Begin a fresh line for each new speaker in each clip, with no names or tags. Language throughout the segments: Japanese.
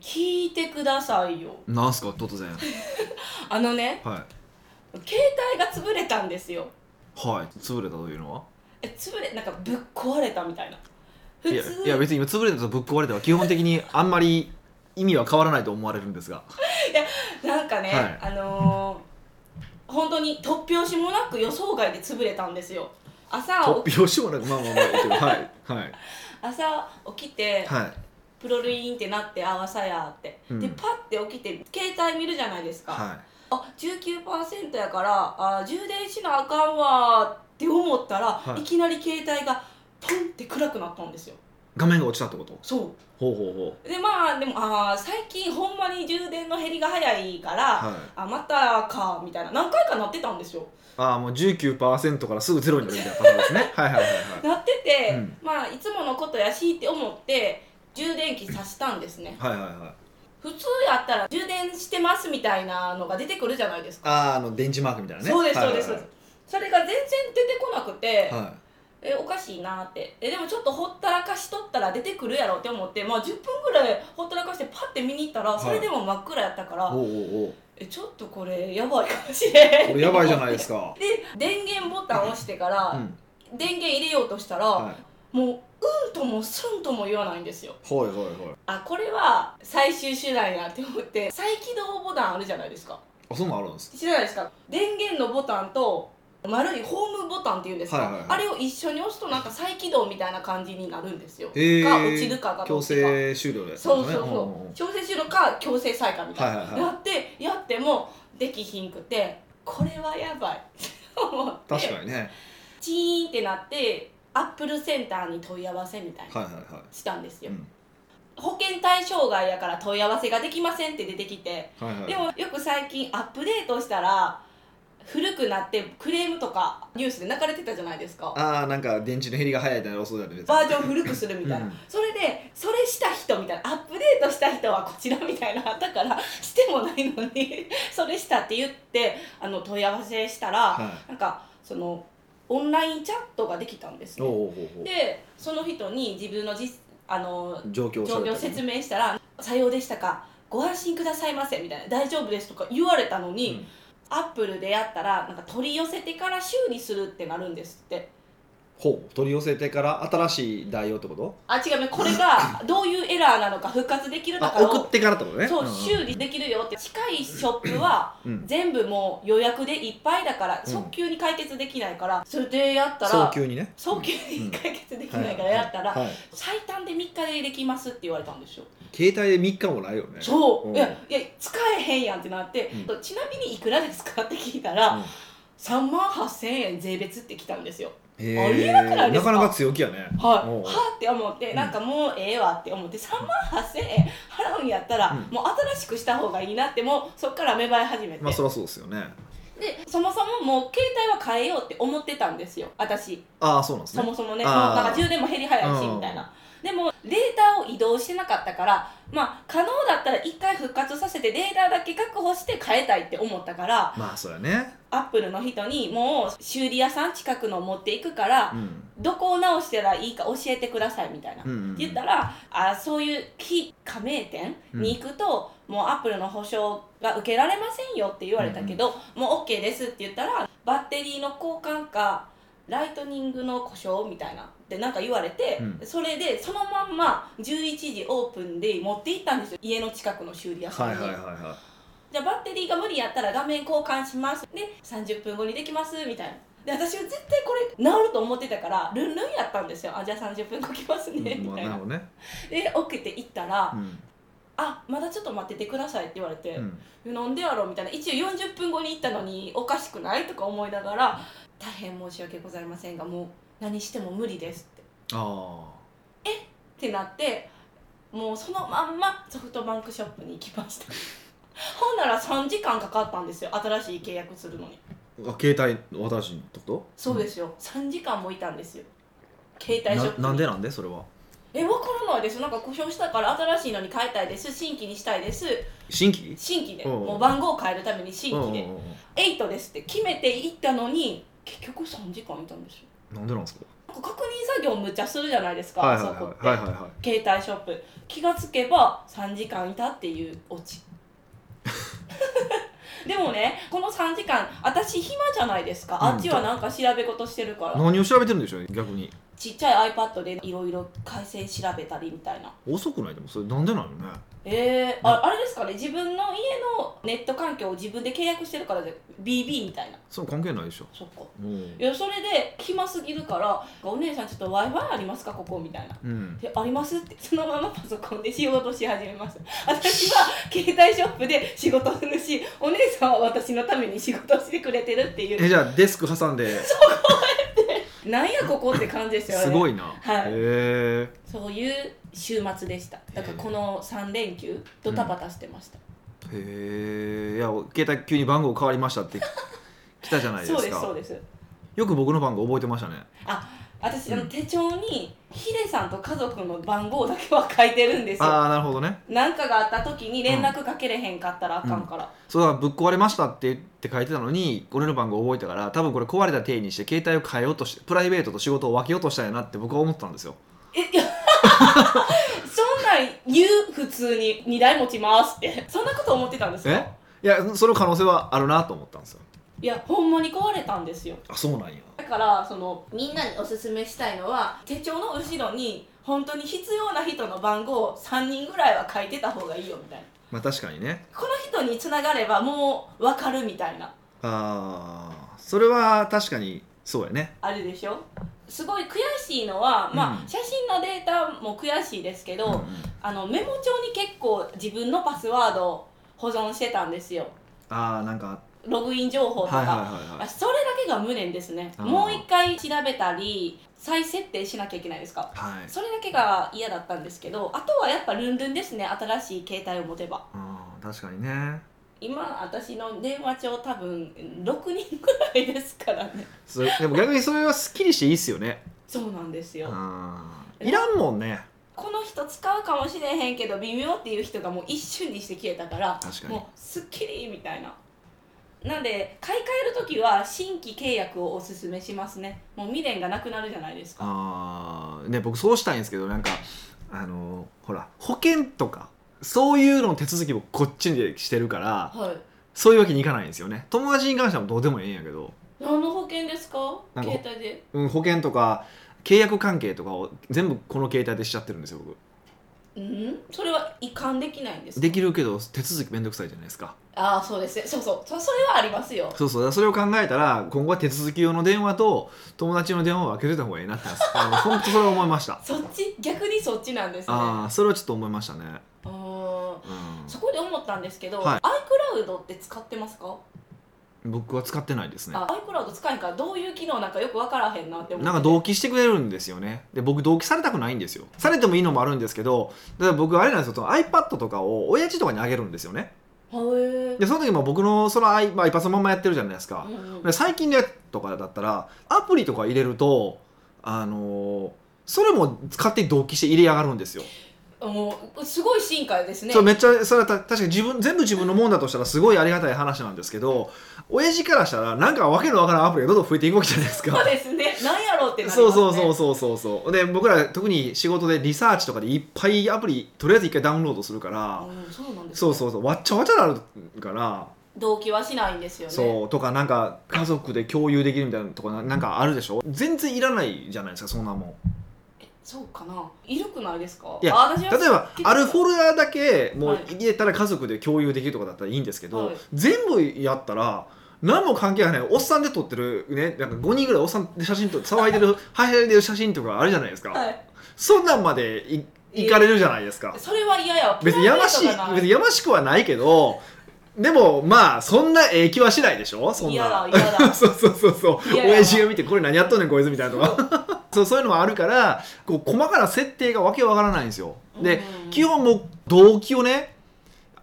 聞いてくださいよ
なんすか 突然
あのね
はい
携帯が潰れたんですよ
はい潰れたというのは
え潰れなんかぶっ壊れたみたいない普
や
通
いや別に今潰れたとぶっ壊れたは基本的にあんまり意味は変わらないと思われるんですが
なんかね、
はい
あのー、本当に突拍子もなく予想外で潰れたんですよ朝
突拍子もなくまあまあまあいいけ どはいはい
朝起きて、
はい
プロルインってなってあ朝やって、
うん
でパッて起きて携帯見るじゃないですか、
は
あ19%やからあ充電しなあかんわって思ったら、、
はいい
きなり携帯がポンって暗くなったんですよ
い画面が落ちたってこと
そ
ほうほうほ
うでまあでもあー最近ほんまに充電の減りが早いから、
うはい
あまたかみたいな何回かなってたんですよ
ああもう19%からすぐゼロになるみたいなパターンで すねはいはいはい
なってて、
うん
まあいつものことやしって思って充電器さしたんですね
はいはいはいはい
普通やったら充電してますみたいなのが出てくるじゃないですか、
あーあの電池マークみたいなね
そうです
は
そ
いうはい
です、それが全然出てこなくて、
はいはい
えおかしいなってえでもちょっとほったらかしとったら出てくるやろって思って、まあ、10分ぐらいほったらかしてパッて見に行ったら
い
それでも真っ暗やったから、
おうおうおう
えちょっとこれやばいかもしれん
これやばいじゃないですか
で電源ボタン押してから、
うん
電源入れようとしたら、
はい
もううんともすんとも言わないんですよ
ほいほいほい
あこれは最終手段やって思って再起動ボタンあるじゃないですか
あそんなんあるんです
知らないですか電源のボタンと丸いホームボタンっていうんですか、
はいはいはい
あれを一緒に押すとなんか再起動みたいな感じになるんですよ、
へえ
が落ちるかがどっ
強
ちか
制終了で
そうそうそう、
んんん
強制終了か強制再開みたいな、
はいはいはい
やってやってもできひんくてこれはやばい思って
確かにね
チーンってなってアップルセンターに問い合わせみたいな、
はいはいは
したんです
い
よ、
うん
保険対象外やから問い合わせができませんって出てきて
はいはい
でもよく最近アップデートしたら古くなってクレームとかニュースで流れてたじゃないですか
ああなんか電池の減りが早いみたいなそうだね
バージョン古くするみたいな、
うん
それでそれした人みたいなアップデートした人はこちらみたいなあったから してもないのにそれしたって言ってあの問い合わせしたら、
は
なんかそのオンラインチャットができたんです
いおう
ね
おうおう
でその人に自分のじあの
おう状況を
状況を説明したら「採用でしたかご安心くださいませ」みたいな「大丈夫です」とか言われたのに、
うん
アップルでやったらなんか取り寄せてから修理するってなるんですって
ほう取り寄せてから新しい代用ってこと
あ違うねこれ がどういうエラーなのか復活できるの
あ
か
送
を
ってからってことね
そ
ん
うん修理できるよって近いショップは
うん
全部もう予約でいっぱいだから
うん
早急に解決できないからそれでやった
早
ら
急にね
早急
う
に
ん
解決できないからやったら
はいはい
最短で3日でできますって言われたんですよ
携帯で3日もないよね
そう、
うん
いやいや使えへんやんってなって、
う
ちなみにいくらですかって聞いたら、
うん
3万8000円税別ってきたんですよ
へ
ありえ
え
なくないです
な
か
かなか強気やね
はい、
おう
はあって思って、
うん
なんかもうええわって思って3万8000円払うんやったら、
うん
もう新しくした方がいいなってもうそっから芽生え始めて、
まあそりゃそうですよね
でそもそももう携帯は変えようって思ってたんですよ私
ああそうなんです
そ
ね
もそもね
あ
もう
ー
なんか充電も減り早いし
うん
みたいなでもデータを移動してなかったからまあ可能だったら一回復活させてデータだけ確保して変えたいって思ったから
まあそうやね
アップルの人にもう修理屋さん近くの持っていくから
う、ん
どこを直したらいいか教えてくださいみたいな、
うんうん
言ったらあそういう非加盟店に行くと、もうアップルの保証が受けられませんよって言われたけど、もう OK ですって言ったらバッテリーの交換かライトニングの故障みたいなってなんか言われて、
う
それでそのまんま11時オープンで持って行ったんですよ家の近くの修理屋さん
は
に。
いはいはいは
じゃあバッテリーが無理やったら画面交換しますで30分後にできますみたいなで私は絶対これ治ると思ってたからルンルンやったんですよあじゃあ30分後来ます
い
ね
うん
み
まあ
たい
なる
な
ほどね
で起きて行ったら「
うん
あまだちょっと待っててください」って言われて「
うん
なんでやろ?」みたいな一応40分後に行ったのにおかしくないとか思いながら「大変申し訳ございませんがもう何しても無理です」って
あ
ってなってもうそのまんまソフトバンクショップに行きました ほんなら3時間かかったんですよ新しい契約するのに
ーあ携帯の私にってこと
そうですよ、3時間もいたんですよ携帯ショッ
な
プに
なんでなんでそれは
え分からないですなんか故障したから新しいのに変えたいです新規にしたいです
新規
新規で
うんうん
もう番号を変えるために新規
う
で
んうんうん
8ですって決めていったのに結局3時間いたんですよ
うんなんでなんですか
ななんか確認作業むっちゃするじゃないですか、
はいはい
そこって、
はいはいはいはい
携帯ショップ気がつけば3時間いたっていうオ チでもねこの3時間私暇じゃないですか、
うん
あっちはなんか調べ事してるから
何を調べてるんでしょうね逆に
ちっちゃい iPad でいろいろ回線調べたりみたいな
遅くないでもそれなんでなのね
えー、ああれですかね自分の家のネット環境を自分で契約してるからで BB みたいな
そう関係ないでしょ
そっか
うん
いやそれで暇すぎるから「お姉さんちょっと w i f i ありますかここ」みたいな。
うん
でありますってそのままパソコンで仕事し始めました私は携帯ショップで仕事するしお姉さんは私のために仕事してくれてるってい
え
う
じゃあデスク挟 んで
なんやここって感じですよね
すごいな
はい
へえ
そういう週末でしただからこの3連休ドタバタしてました、
へえいや携帯急に番号変わりましたって来たじゃないで
そう
す
ですそう
か
です
よく僕の番号覚えてましたね
私、あの
うん
手帳にヒデさんと家族の番号だけは書いてるんですよ
ああなるほどね
なんかがあった時に連絡かけれへんかったらあかんから、
そうだぶっ壊れましたって言って書いてたのに俺の番号覚えたから多分これ壊れた体にして携帯を変えようとしてプライベートと仕事を分けようとしたんやなって僕は思ってたんですよ
そんなん言う普通に2台持ちますってそんなこと思ってたんです
え
か
いやその可能性はあるなと思ったんですよ
いやほんまに壊れたんですよ
あそうなんや
だからそのみんなにおすすめしたいのは手帳の後ろに本当に必要な人の番号を3人ぐらいは書いてた方がいいよみたいな
まあ確かにね
この人につながればもう分かるみたいな
ああそれは確かにそうやね
あれでしょすごい悔しいのは、まあ
うん
写真のデータも悔しいですけど、
うんうん
あのメモ帳に結構自分のパスワードを保存してたんですよ
ああなんか
ログイン情報とか、
はいはいはいは
あ
い
それだけが無念ですね
あー
もう一回調べたり再設定しなきゃいけないですか
はい
それだけが嫌だったんですけどあとはやっぱルンルンですね新しい携帯を持てば
あー確かにね
今私の電話帳多分6人ぐらいですからね
それでも逆にそれはすっきりしていいっすよね
そうなんですよ
あーいらんもんね
この人使うかもしれへんけど微妙っていう人がもう一瞬にして消えたから
確かに
もうすっきりみたいななんで買い替える時は新規契約をおすすめしますねもう未練がなくなるじゃないですか
あーね僕そうしたいんですけどなんかあのーほら保険とかそういうのの手続きもこっちでしてるから
はい
そういうわけにいかないんですよね友達に関してはどうでもええんやけど、
何の保険ですか
なんか
携帯で
うん、保険とか契約関係とかを全部この携帯でしちゃってるんですよ僕
うんそれは移管できないんですか
できるけど手続きめんどくさいじゃないですか
ああそうですねそうそうそそれはありますよ
そうそうだからそれを考えたら今後は手続き用の電話と友達の電話を開けてた方がええなって本当それは思いました
そっち逆にそっちなんですね
ああそれはちょっと思いましたね
うーん
うん
そこで思ったんですけど、
はい
iCloud って使ってますか
僕は使ってないですね
あ iCloud 使えんからどういう機能なんかよく分からへんなって思って
なんか同期してくれるんですよねで僕同期されたくないんですよされてもいいのもあるんですけどだから僕あれなんですよその iPad とかを親父とかにあげるんですよね
へえ
でその時も僕のその i- まあ iPad そのままやってるじゃないですか
うんうん
で最近のやつとかだったらアプリとか入れるとあのーそれも勝手に同期して入れやがるんですよ、
もうすごい進化ですね
それめっちゃそれはた確かに自分全部自分のもんだとしたらすごいありがたい話なんですけど親父からしたらなんかわけのわからんアプリがどんどん増えていくわけじゃないですか
そうですねなんやろうってなりますね
そうそうそうそうそうそうで僕ら特に仕事でリサーチとかでいっぱいアプリとりあえず一回ダウンロードするから、
うんそうなんですね
そうそうそうわっちゃわちゃなるから、
同期はしないんですよね
そうとかなんか家族で共有できるみたいなとこななんかあるでしょ全然いらないじゃないですかそんなもん
そうかないるくないですか
いや
あ私は
例えば
結構
あるフォルダだけも
は
う
い
入れたら家族で共有できるとかだったらいいんですけど、
はい
全部やったら何も関係ないおっさんで撮ってるねなんか5人ぐらいおっさんで写真撮って騒いで るはしゃいでる写真とかあるじゃないですか、
はい
そんなんまでい行かれるじゃないですか。
それは嫌や
別にやまし
プ
い
ライベートがな、
別にやましくはないけど、でもまあ、そんな影響はしないでしょそん
嫌だ
な。
嫌 だ
そうそうそうそう。
いやいや
親父が見て、これ何やっとんねん、こいつみたいなとか。そうそういうのもあるから、こう、細かな設定がわけわからないんですよ。で、
うん
基本もう動機をね、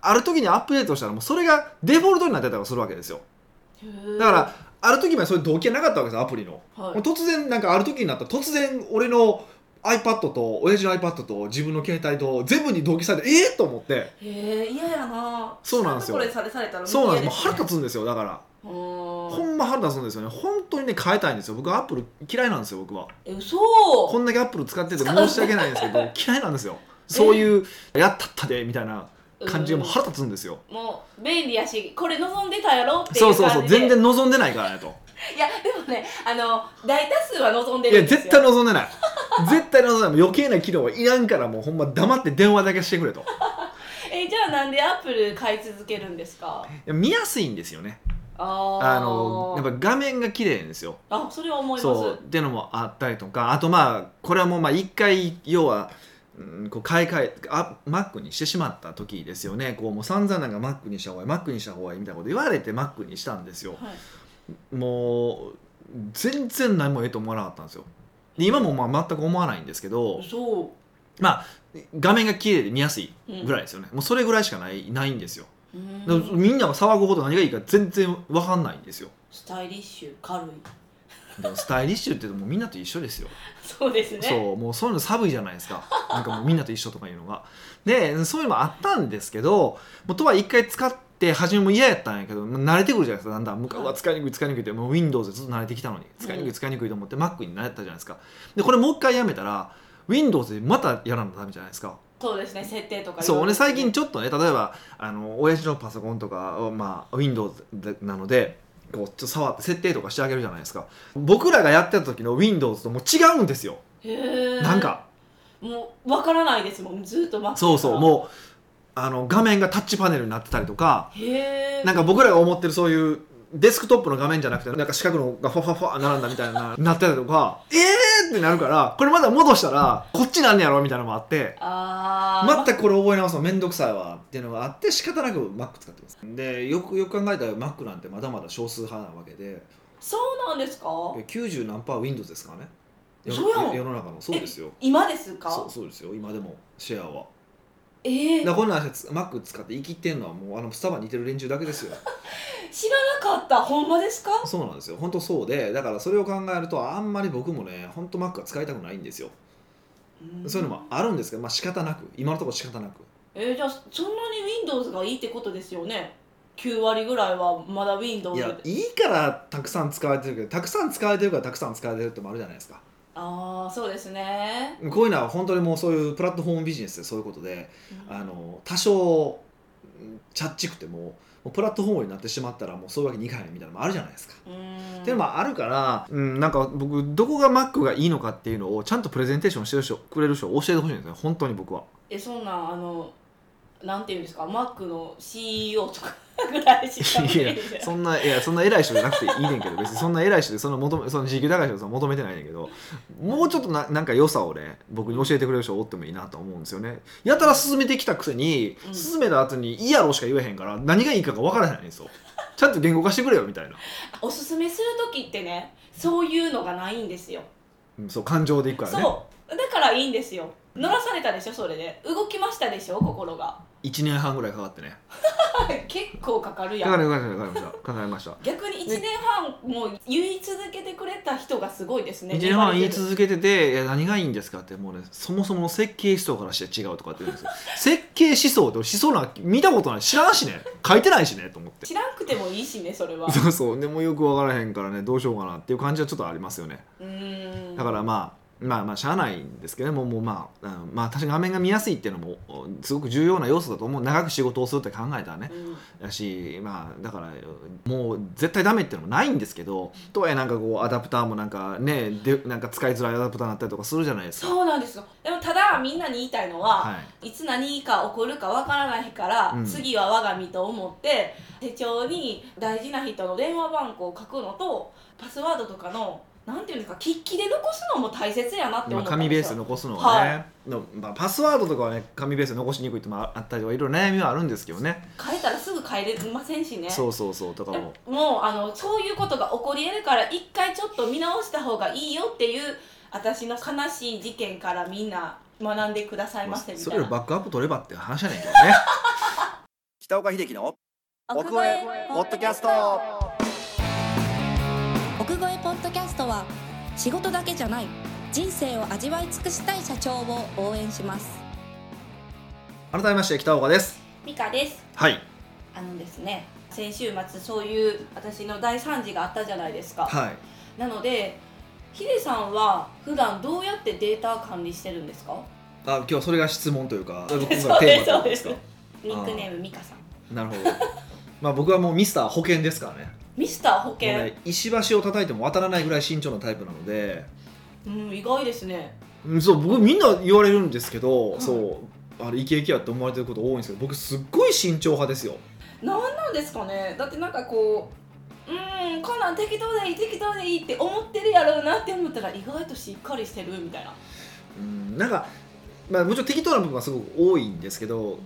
ある時にアップデートしたら、もうそれがデフォルトになってたりするわけですよ。
へー
だから、ある時までそういう動機がなかったわけですアプリの。
は
もう
い
突然なんかある時になったら突然俺の iPad と親父の iPad と自分の携帯と全部に同期されてええと思って
へえ嫌やな
そうなんですよ
これされされたら
そうなんですもう
嫌
腹
ね
立つんですよだから
うー
ほ
ん
んま腹出すんですよね本当にね変えたいんですよ僕アップル嫌いなんですよ僕は
え嘘
こんだけアップル使ってて申し訳ない んですけど嫌いなんですよそういうやったったでみたいな感じがもう腹立つんですよ
うんもう便利やしこれ望んでたやろっていう感じで
そうそうそう全然望んでないからやと
いやでもねあの大多数は望んで
いや
るんですよ
絶対望んでない絶対望んでないもう余計な機能はいらんからもうほんま黙って電話だけしてくれとい
えじゃあなんでアップル買い続けるんですか
や見やすいんですよね
あー
あのやっぱ画面が綺麗ですよ
あそれは思います
そうっていうのもあったりとかあとまあこれはもうまあ一回要は、うん、こう買い替えあ Mac にしてしまった時ですよねこうもう散々なんか Mac にした方がいい Mac にした方がいいみたいなこと言われて Mac にしたんですよ
はい
もう全然何もええと思わなかったんですよで今もまあ全く思わないんですけど
そ、
画面が綺麗で見やすいう
うん
ぐらいですよね、もうそれぐらいしかないないんですよ、
う
だ
ー
か
ん
らみんなが騒ぐほど何がいいか全然わかんないんですよ
スタイリッシュ軽い
でもスタイリッシュって言うともうみんなと一緒ですよ
そうですね
そうもうそういうの寒いじゃないですかなんかもうみんなと一緒とかいうのがでそういうのもあったんですけどもうとは一回使って初めも嫌やったんやけどもう慣れてくるじゃないですかだんだん向かうわ使いにくい使いにくいってもう Windows でずっと慣れてきたのに使いにくい使いにくいと思って Mac になったじゃないですかでこれもう一回やめたら Windows でまたやらなダメじゃないですか
そうですね設定とか
そう俺最近
ち
ちょっとね例えばあの親父のパソコンとかを、まあ、Windows でなのでこうちょっと触って設定とかしてあげるじゃないですか僕らがやってた時の Windows ともう違うんですよなんか
もうわからないですもんずっと待って
そうそうもうあの画面がタッチパネルになってたりとか
うへえ
なんか僕らが思ってるそういうデスクトップの画面じゃなくてなんか四角のがファファファ並んだみたいななってたりとかえーってなるからこれまだ戻したらこっちなんねやろみたいなのもあって
あー
全くこれ覚え直すの面倒くさいわっていうのがあって仕方なく Mac 使ってますでよくよく考えたら Mac なんてまだまだ少数派なわけで
そうなんですか
え90何パー Windows ですからね世
そうやん
世の中のそうですよ
今ですか
そうそうですよ今でもシェアは
ええ
だからこんなんしてマック使って生きてんのはもうあのスタバにいてる連中だけですよ
知らなかったほんまですか
そうなんですよ本当そうでだからそれを考えるとあんまり僕もね本当マックは使いたくないんですよ、そういうのもあるんですけどまあ仕方なく今のところ仕方なく
えー、じゃあそんなに Windows がいいってことですよね9割ぐらいはまだ Windows
い
で
やいいからたくさん使われてるけどたくさん使われてるからたくさん使われてるってもあるじゃないですか
ああそうですね
こういうのは本当にもうそういうプラットフォームビジネスでそういうことであの多少うんチャッチくてももうプラットフォームになってしまったらもうそういうわけにいかないみたいなのもあるじゃないですか
うん
っていうのもあるから、うん、なんか僕どこが Mac がいいのかっていうのをちゃんとプレゼンテーションしてる人くれる人を教えてほしいんですね本当に僕は
えそんなんあのなんていうんですか Mac の CEO とかぐ らいしか見
いや
てない
そんないやそんな偉い人じゃなくていいねんけど別にそんな偉い人でそんな求めその時給高い人でそんな求めてないねんけどもうちょっとななんか良さをね僕に教えてくれる人おってもいいなと思うんですよねやたら進めてきたくせに、
うん
進めた後に「いいやろ」しか言えへんから何がいいかが分からへんねんですよちゃんと言語化してくれよみたいな、
おすすめする時ってねそういうのがないんですよ、
うん、そう感情でいくからね
そうだからいいんですよ乗らされたでしょそれで動きましたでしょ心が
1年半ぐらいかかってね
結構かかるや
か
ん
かりましたかかりましたかかりました
逆に1年半もう言い続けてくれた人がすごいですね
1年半言い
粘り強
続けてて「いや何がいいんですか?」ってもうねそもそもの設計思想からして違うとかって言うんですよ 設計思想って俺思想なんか見たことない知らんしね書いてないしねと思 って
知らんくてもいいしねそれは
そうそうでもよく分からへんからねどうしようかなっていう感じはちょっとありますよね
うーん
だからまあまあまあしゃあないんですけどももうまあ、うんまあ確かに画面が見やすいっていうのもおすごく重要な要素だと思う長く仕事をするって考えたらね
うん
だしまあだからもう絶対ダメっていうのもないんですけどとはいえなんかこうアダプターもなんかねでなんか使いづらいアダプターになったりとかするじゃないですか
そうなんですよでもただみんなに言いたいのは、
はい
い、つ何か起こるかわからないから、
うん
次は我が身と思って手帳に大事な人の電話番号を書くのとパスワードとかのなんていうんですか筆記で残すのも大切やなって
ま
思
あ、
ったん
紙ベ
で
ー
す
ス
よ、
残すのはね、のまあ、パスワードとかはね紙ベース残しにくいってもあったりとかいろいろ悩みはあるんですけどね
変えたらすぐ変えれませんしね
そうそうそうとかも
もうあのそういうことが起こり得るから一回ちょっと見直した方がいいよっていう私の悲しい事件からみんな学んでくださいませみ
そ
た
れ
い
よ
な
り。バックアップ取ればって話やねんけ どね北岡秀樹の奥越えポッドキャスト
奥越えポッドキャストは仕事だけじゃない人生を味わい尽くしたい社長を応援します
改めまして北岡です
ミカです。
はい
あのですね先週末そういう私の大惨事があったじゃないですか、
はい
なのでヒデさんは普段どうやってデータ管理してるんですか
あ今日はそれが質問とい うか
そうです
今回のテーマというか
そうニックネームミカさん
なるほど まあ僕はもうミスター保険ですからね
ミスター保険、
もうね石橋を叩いても渡らないぐらい慎重なタイプなので
うん意外ですね
うんそう僕みんな言われるんですけど、
はい
そうあれイケイケやって思われてること多いんですけど僕すっごい慎重派ですよ
なんなんですかねだってなんかこううーんこんなん適当でいい適当でいいって思ってるやろうなって思ったら意外としっかりしてるみたいな
うんなんか、まあ、もちろん適当な部分はすごく多いんですけど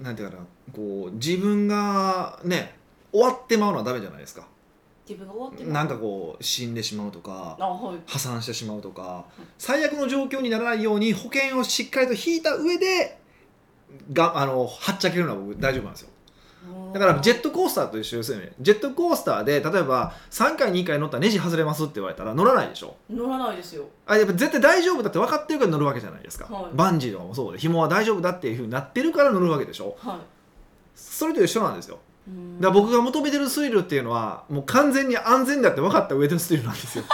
なんていうかなこう自分がね終わってまうのはダメじゃないですか
自分が終わっても
なんかこう死んでしまうとか
あはい
破産してしまうとか最悪の状況にならないように保険をしっかりと引いた上でがあのはっちゃけるのは僕大丈夫なんですよだからジェットコースターと一緒ですよねジェットコースターで例えば3回2回乗ったらネジ外れますって言われたら乗らないでしょ
乗らないですよ
あやっぱ絶対大丈夫だって分かってるから乗るわけじゃないですか、
はい
バンジーとかもそうで紐は大丈夫だっていうふうになってるから乗るわけでしょ
は
それと一緒なんですよ
いうん
だから僕が求めてるスリルっていうのはもう完全に安全だって分かった上でのスリルなんですよ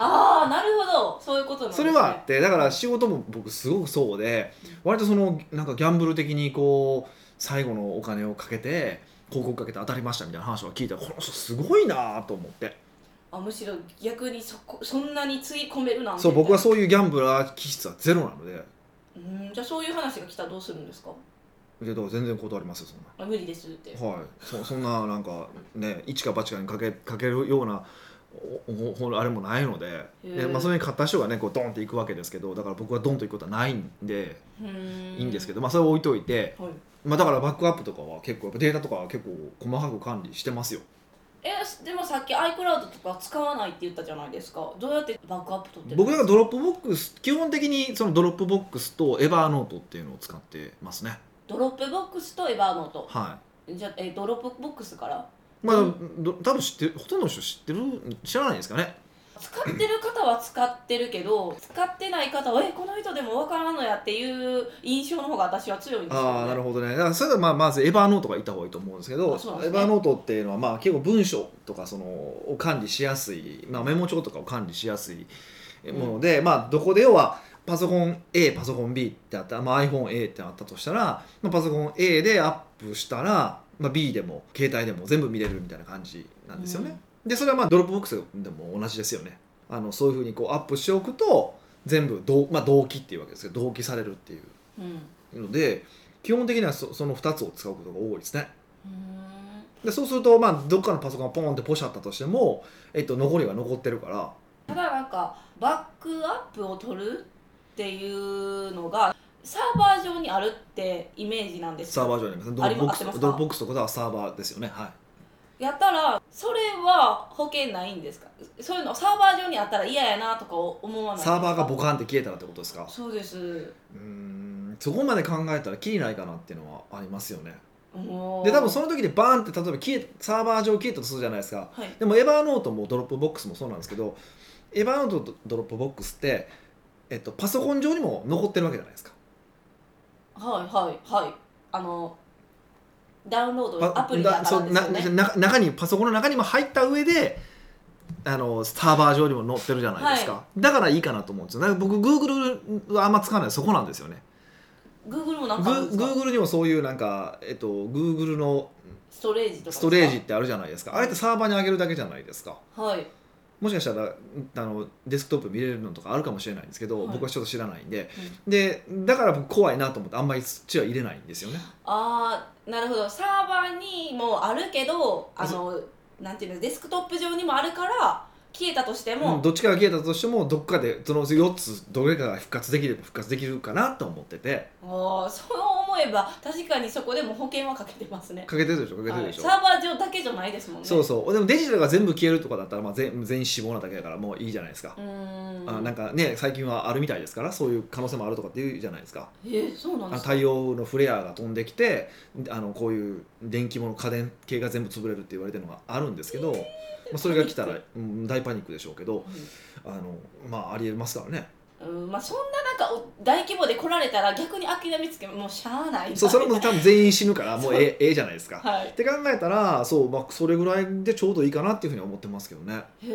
ああなるほどそういうことなんです
そ
ね
れはあってだから仕事も僕すごくそうで割とそのなんかギャンブル的にこう最後のお金をかけて広告かけて当たりましたみたいな話を聞いたらこの人すごいなと思って
あむしろ逆にそこそんなにつぎ込めるなんて
そう僕はそういうギャンブラー気質はゼロなので
うんじゃあそういう話が来たらどうするんですか
けど全然断りますよそん
あ
な
無理ですって
はいそそんななんかね一か八かにかけかけるようなおおほあれもないので
へ
で、
ー
まあ、それに買った人がねこうドンっていくわけですけどだから僕はドンといくことはないんで
うーん
いいんですけど、まあ、それは置いといて。
はい
まあ、だからバックアップとかは結構やっぱデータとかは結構細かく管理してますよ
えでもさっき iCloud とか使わないって言ったじゃないですかどうやってバックアップ取ってる
僕なんかドロップボックス基本的にそのドロップボックスとエバーノートっていうのを使ってますね
ドロップボックスとエバーノート
は
じゃえドロップボックスから
いまあ、
う
ど多分知ってるほとんどの人知ってる知らないですかね
使ってる方は使ってるけど使ってない方はえこの人でもわからんのやっていう印象の方が私は強いんですよ、ね、
ああなるほどねだからそれではまあまずエバーノートがいた方がいいと思うんですけど
あそうなんで
エ
すね
バーノートっていうのはまあ結構文章とかそのを管理しやすい、まあ、メモ帳とかを管理しやすいもので、まあどこで要はパソコン A パソコン B ってあった、まあ、iPhoneA ってあったとしたら、まあ、パソコン A でアップしたら、まあ、B でも携帯でも全部見れるみたいな感じなんですよね、でそれはまあドロップボックスでも同じですよねあのそういうふうにこうアップしておくと全部同、まあ、同期っていうわけですけど同期されるっていう
うんう
ので基本的にはそその2つを使うことが多いですね
ーん
でそうすると、まあ、どっかのパソコンがポンってポシャったとしても、えっと、残りが残ってるから
ただなんかバックアップを取るっていうのがサーバー上にあるってイメージなんです
サー
よ
バー上にあります
ありま
ねドロップボック
す
スドロップボックスとかはサーバーですよねは
やったらそれは保険ないんですかそういうのサーバー上にあったら嫌やなとか思わない
い
んですか
サーバーがボカンって消えたらってことですか
そうです
うーんそこまで考えたらキリないかなっていうのはありますよね
もう
で多分その時でバーンって例えば消えサーバー上消えたとするじゃないですか
はい
でもエバーノートもドロップボックスもそうなんですけどエバーノートとドロップボックスって、えっと、パソコン上にも残ってるわけじゃないですか
はいはいはいあのダウンロー
パ
ドアプリだからですよ
そうな
ね
な中にパソコンの中にも入った上であのサーバー上にも載ってるじゃないですか、
は
だからいいかなと思うんですよだから僕 Google はあんま使わないそこなんですよね
Google もなんかあるんです
グ
か
Google にもそういうなんか、えっと、Google の
ストレージとかです
ス
か
トレージってあるじゃないですかあれってサーバーに上げるだけじゃないですか
はい
もしかしたらあのデスクトップ見れるのとかあるかもしれないんですけど、
はい
僕はちょっと知らないんででだから僕怖いなと思ってあんまりそっちは入れないんですよね
ああなるほどサーバーにもあるけどあのなんていうのデスクトップ上にもあるから消えたとしても、
うんどっちかが消えたとしてもどっかでその4つどれかが復活できれば復活できるかなと思ってて
あーそう思えば確かにそこでも保険はかけてますね
かけてるでしょかけてる
は
で
い
しょ、
サーバー上だけじゃないですもんね
そうそうでもデジタルが全部消えるとかだったら、まあ、全全員死亡なだけだからもういいじゃないですか
う、ーん
あなんかね最近はあるみたいですからそういう可能性もあるとかっていうじゃないですか
えーそうなん
あの
です
太陽のフレアが飛んできてあのこういう電気物家電系が全部潰れるって言われてるのがあるんですけど、まあ、それが来 た
パ
ら
ニッ、
うん大パニックでしょうけどあのまあありえますからね
うん、まあそんなかお大規模で来られたら逆に諦めつけもうしゃあないな
そうそれも多分全員死ぬからもう ええええじゃないですか。
はい
って考えたらそう、まあ、それぐらいでちょうどいいかなっていうふうに思ってますけどね
へ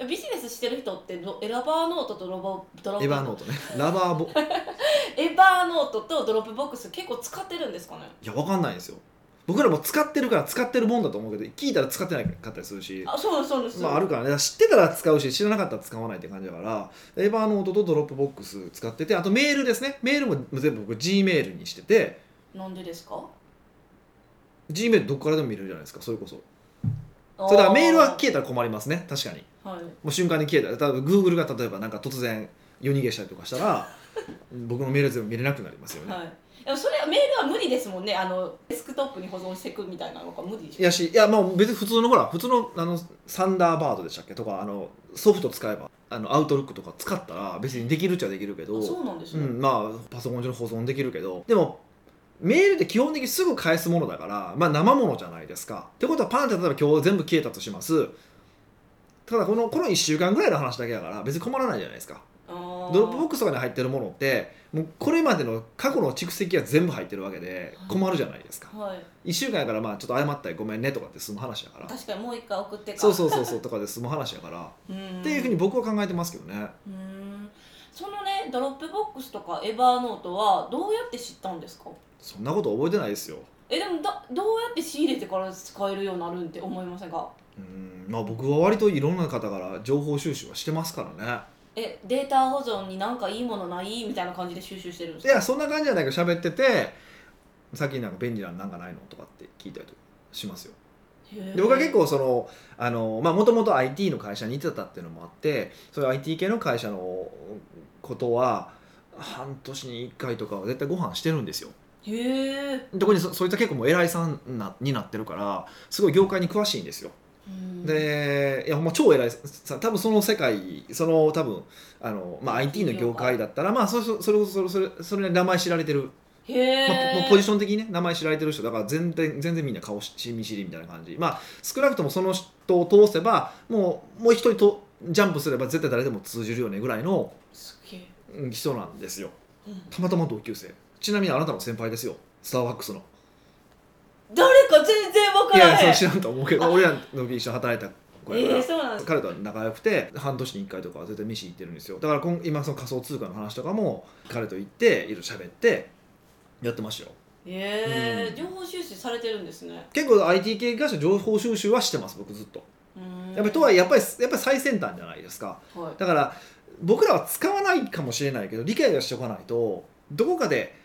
えビジネスしてる人ってどエラバーノートとロボドロップ
エバーノートね ラバーボ
エバーノートとドロップボックス結構使ってるんですかね
いやわかんないですよ僕らも使ってるから使ってるもんだと思うけど聞いたら使ってないかったりするし
あそうですそうです、
まあ、あるからねだから知ってたら使うし知らなかったら使わないって感じだからエヴァノートとドロップボックス使っててあとメールですねメールも全部僕 G メールにしてて
なんでですか
G メールどこからでも見れるじゃないですかそれこそそれだからメールは
き
消えたら困りますね確かに
はい
もう瞬間に消えたら例えば Google が例えばなんか突然夜逃げしたりとかしたら僕のメール全部見れなくなりますよね、
はいでもそれはメールは無理ですもんねあのデスクトップに保存していくみたいなのが無理でし
い
ょ
やしいやまあ別に普通のほら普通のあのサンダーバードでしたっけとかあのソフト使えばあのアウトロックとか使ったら別にできるっちゃできるけど
あそうなんです
う
ね、
ん、まあパソコン上の保存できるけどでもメールって基本的にすぐ返すものだから、まあ、生ものじゃないですか。ってことはパンって例えば今日全部消えたとしますただこのこの1週間ぐらいの話だけだから別に困らないじゃないですか
あー
ドロップボックスとかに入ってるものってもうこれまでの過去の蓄積が全部入ってるわけで
はい
困るじゃないですか
はい
1週間やからまあちょっと謝ったりごめんねとかって済む話だから
確かにもう一回送ってか
そうそうそうそうとかで済む話だから
うーん
っていうふうに僕は考えてますけどね
うーんそのねドロップボックスとかエバーノートはどうやって知ったんですか
そんなこと覚えてないですよ
えでもだどうやって仕入れてから使えるようになるんって思いませんか
うんまあ僕は割といろんな方から情報収集はしてますからね
えデータ保存になんかいいものないみたいな感じで収集してるんです
い
か
やそんな感じじゃないけど喋ってて最近なんか便利なのなんかないのとかって聞いたりとかしますよで僕は結
構
構そのあのまあもともと IT の会社にいてたっていうのもあってそういう IT 系の会社のことは半年に1回とかは絶対ご飯してるんですよ
へえ
特にそそういった結構もう偉いさんなになってるからすごい業界に詳しいんですよでいやほんま超偉いさ多分その世界その多分あの、まあ、IT の業界だったらまあそそそれこそそれそれで名前知られてる、
へえ、
まあ、ポポジション的にね名前知られてる人だから全然全然みんな顔し見知りみたいな感じまあ少なくともその人を通せばもうもう一人とジャンプすれば絶対誰でも通じるよねぐらいの
すげえ
うん人なんですよ
うん
たまたま同級生ちなみにあなたの先輩ですよスターバックスの
誰か全然わ
い
から
や
へん
そう知らんと思うけど俺らの時一緒に働いた子やから、
えー、そうなんですか
彼とは仲良くて半年に1回とかは絶対飯行ってるんですよだから今今その仮想通貨の話とかも彼と行っていろいろ喋ってやってましたよ
へえ、
うん
情報収集されてるんですね
結構 IT 系会社情報収集はしてます僕ずっと
うーん
やっぱりとはいえやっぱりやっぱり最先端じゃないですか
はい
だから僕らは使わないかもしれないけど理解はしておかないとどこかで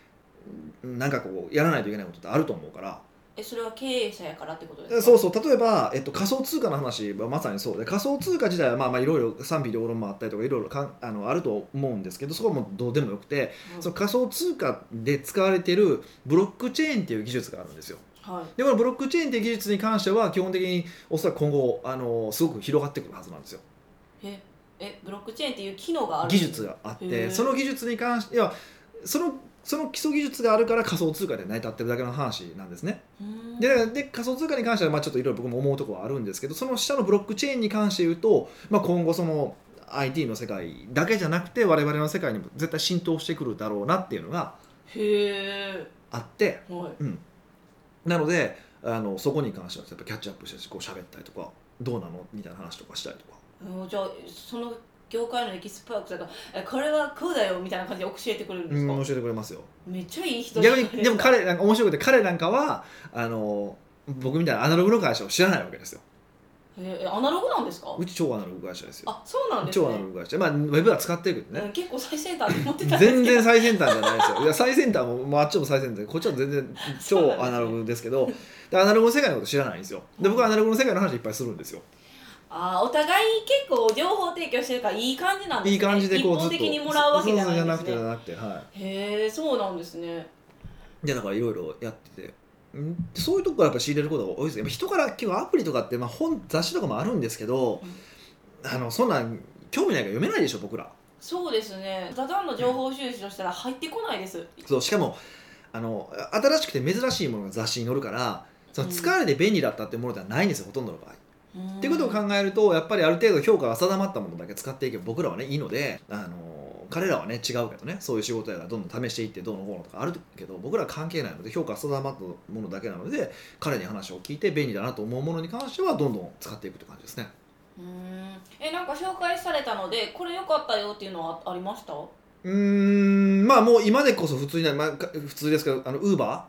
うんなんかこうやらないといけないことってあると思うから
えそれは経営者やからってことです
え
か
そうそう例えば、えっと、仮想通貨の話はまさにそうで仮想通貨自体はまあまあいろいろ賛否両論もあったりとかいろいろかんあのあると思うんですけどそこはもうどうでもよくて
うん
その仮想通貨で使われているブロックチェーンっていう技術があるんですよ
はい
でこのブロックチェーンっていう技術に関しては基本的におそらく今後あのすごく広がってくるはずなんですよ
ええブロックチェーンっていう機能がある
技術があっ
へ
て
ー
その技術に関していやそのその基礎技術があるから仮想通貨で成り立ってるだけの話なんですね
うーん
でで仮想通貨に関してはまあちょっといろいろ僕も思うところはあるんですけどその下のブロックチェーンに関して言うと、まあ、今後その IT の世界だけじゃなくて我々の世界にも絶対浸透してくるだろうなっていうのが
へえ
あって
はい
なのであのそこに関してはやっぱキャッチアップしてこう喋ったりとかどうなのみたいな話とかしたりとか
うんじゃあその業界のエキスパートがえこれはこうだよみたいな感じで教えてくれるんで
う
す
ん
か、
教えてくれますよ
めっちゃいい人じゃな
逆
いすか
にでも彼なんか面白くて彼なんかはあの僕みたいなアナログの会社を知らないわけですよ
ええアナログなんですか
うち超アナログ会社ですよ
あそうなんですね
超アナログ会社まあウェブは使ってるけどね、
うん、結構最先端で持ってたんですけど
全然最先端じゃないですよいや最先端も、もうあっちも最先端こっちは全然
そうなんで
超
すね
アナログですけどでアナログの世界のこと知らないんですよで僕はアナログの世界の話いっぱいするんですよ
あーお互い結構情報提供してるからいい感じなんですね
いい感じでこう
一
ず
方
っと
的にもらうわけじゃ
そうそうじゃ
な
ないく
ん
て
です
じゃ
ね
なくては
へえそうなんですね
いでだからいろいろやっててうんそういうとこからやっぱ仕入れることが多いですねやっぱ人から結構アプリとかって、まあ、本雑誌とかもあるんですけどあのそんなん興味ないから読めないでしょ僕ら
そうですねただの情報収集としたら入ってこないです
そうしかもあの新しくて珍しいものが雑誌に載るからその使われて便利だったってものではないんですよほとんどの場合
っ
っていうことを考えるとやっぱりある程度評価が定まったものだけ使っていけば僕らはねいいのであの彼らはね違うけどねそういう仕事やからどんどん試していってどうのこうのとかあるけど僕らは関係ないので評価は定まったものだけなので彼に話を聞いて便利だなと思うものに関してはどんどん使っていくって感じですね
うーんえなんか紹介されたのでこれ良かったよっていうのはあありました
うーんまあもう今でこそ普通にな、まあ、か普通ですけどあのウーバ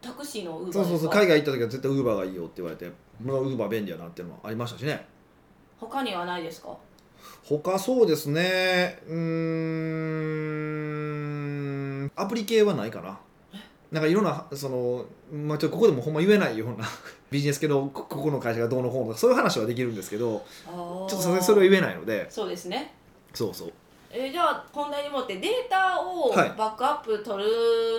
タクシーのウーバーで
ー
す
そ
か
うそうそう海外行った時は絶対ウーバーがいいよって言われてまあウーバー便利やなっていうのもありましたしね
他にはないですか
他そうですねうーんアプリ系はないかななんかいろんなその、まあ、ちょっとここでもほんま言えないような ビジネス系のこここの会社がどうのこうのとかそういう話はできるんですけど
ちょ
ちょっとさすがにそれは言えないので
そうですね
そうそう
えーじゃあ本題に持ってデータを
はい
バックアップ取る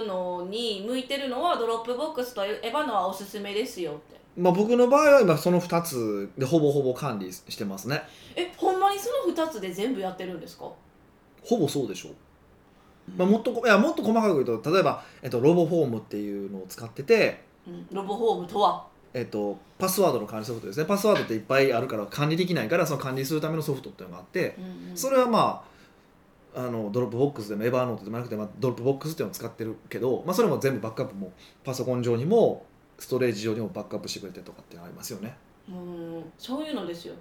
のに向いてるのはドロップボックスとエバノはおすすめですよって
まあ僕の場合は今その2つでほぼほぼ管理してますね
えほんまにその2つで全部やってるんですか
ほぼそうでしょうまあ、もっとこいやもっと細かく言うと例えば、えっと、ロボフォームっていうのを使ってて、
うん、ロボホームとは
えっと、パスワードの管理ソフトですねパスワードっていっぱいあるから管理できないからその管理するためのソフトっていうのがあって
うんうん
それはまああのドロップボックスでもエバーノートでもなくて、まあ、ドロップボックスっていうのを使ってるけど、まあ、それも全部バックアップもパソコン上にもストレージ上にもバックアップしてくれてとかっていうのありますよね。
うんそういうのですよ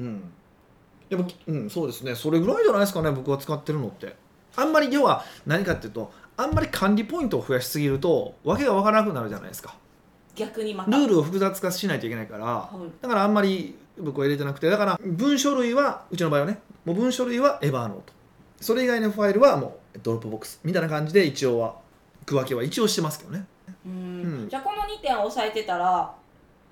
うん、でも、うん、そうですねそれぐらいじゃないですかね僕は使ってるのってあんまり要は何かっていうとあんまり管理ポイントを増やしすぎると訳が分からなくなるじゃないですか
逆にまた
ルールを複雑化しないといけないから
はい
だからあんまり僕は入れてなくてだから文書類はうちの場合はねもう文書類はエバーノートそれ以外のファイルはもうドロップボックスみたいな感じで一応は区分けは一応してますけどね
うん
うん
じゃあこの2点を押さえてたら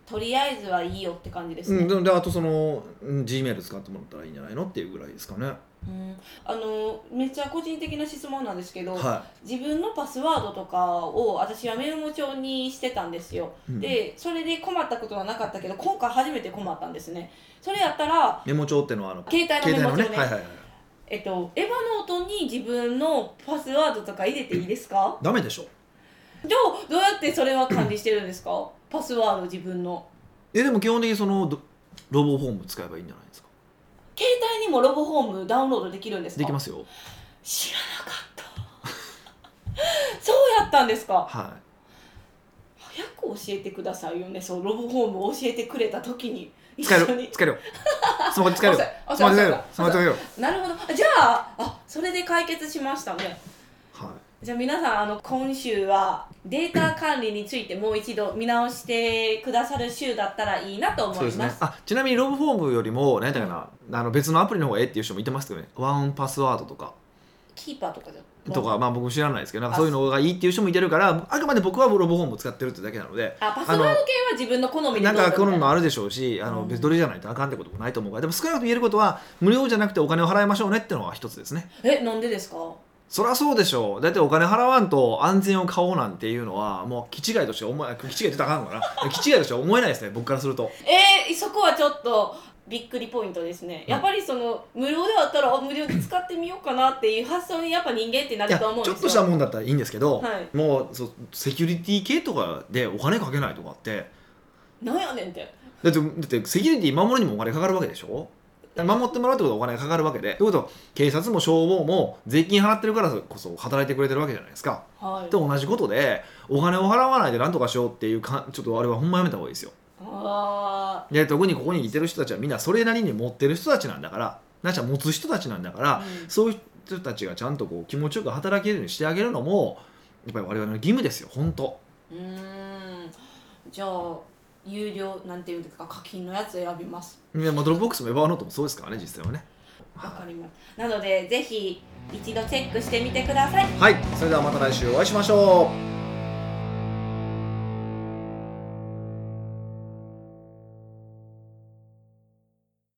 とりあえずはいいよって感じですね、
うんでであとその G メール使ってもらったらいいんじゃないのっていうぐらいですかね
うんあのめっちゃ個人的な質問なんですけど、
は
自分のパスワードとかを私はメモ帳にしてたんですよ、
い、うん
でそれで困ったことはなかったけど今回初めて困ったんですねそれやったら
メモ帳っていうのはあの
携帯のメモ帳ね
はいはいはい
えっと、エヴァノートに自分のパスワードとか入れていいですか
ダメでしょ
じゃあどうやってそれは管理してるんですかパスワード自分の
えでも基本的にそのどロボフォーム使えばいいんじゃないですか
携帯にもロボホームダウンロードできるんですか
できますよ
知らなかった そうやったんですか
は
早く教えてくださいよねそうロボホームを教えてくれた時に
い
一
使え
緒
る
に
使えるよスマホで使えるよ
あ
ス
そ
マ
う
ホ
あ
で
そうあ
使え
そ
る
う
よス
な
マホで使えるよ
るほどじゃああそれで解決しましたね
はい
じゃあ皆さんあの今週はデータ管理についてもう一度見直してくださる週だったらいいなと思い
そう
ま
ですすね。あちなみにロブフォームよりも何だかな、あの別のアプリの方がええっていう人もいてますけどね。ワンパスワードとか
キーパーとかじゃ
とかまあ僕知らないですけどなんかそういうのがいいっていう人もいてるからあくまで僕はロブフォームを使ってるってだけなので。
あパスワード系は自分の好みで
なんかこのも
あ
あるでしょうしあの
うん
別にどれじゃないとあかんってこともないと思うからでも少なくとも言えることは無料じゃなくてお金を払いましょうねってのは一つですね
えなんでですか
そりゃそうでしょうだってお金払わんと安全を買おうなんていうのはもう気違いとして思え気違いって言ったらあかんのかな気違いとしては思えないですね僕からすると
えー、そこはちょっとびっくりポイントですね、
うん
やっぱりその無料であったらあ無料で使ってみようかなっていう発想にやっぱ人間ってない
や
る
ち
と
ょ
思
っ
うんです
と
よ
したもんだったらいいんですけど、
はい
もうそうセキュリティ系とかでお金かけないとかって
なんやねんって
だってだってセキュリティ守るにもお金かかるわけでしょ守ってもらうってことはお金がかかるわけでということは警察も消防も税金払ってるからこそ働いてくれてるわけじゃないですか
はい
と同じことでお金を払わないで何とかしようっていうかちょっとあれはほんまやめた方がいいですよ
あ
で特にここにいてる人たちはみんなそれなりに持ってる人たちなんだからなんちゃ持つ人たちなんだから、
あ、うん
そういう人たちがちゃんとこう気持ちよく働けるようにしてあげるのもやっぱり我々の義務ですよ本当
うーんじゃあ有料なんていうんですか課金のやつ選びます
いやまあドロップボックスもエバーノートもそうですからね実際はね
わか
は
りますなのでぜひ一度チェックしてみてください
いそれではまた来週お会いしましょう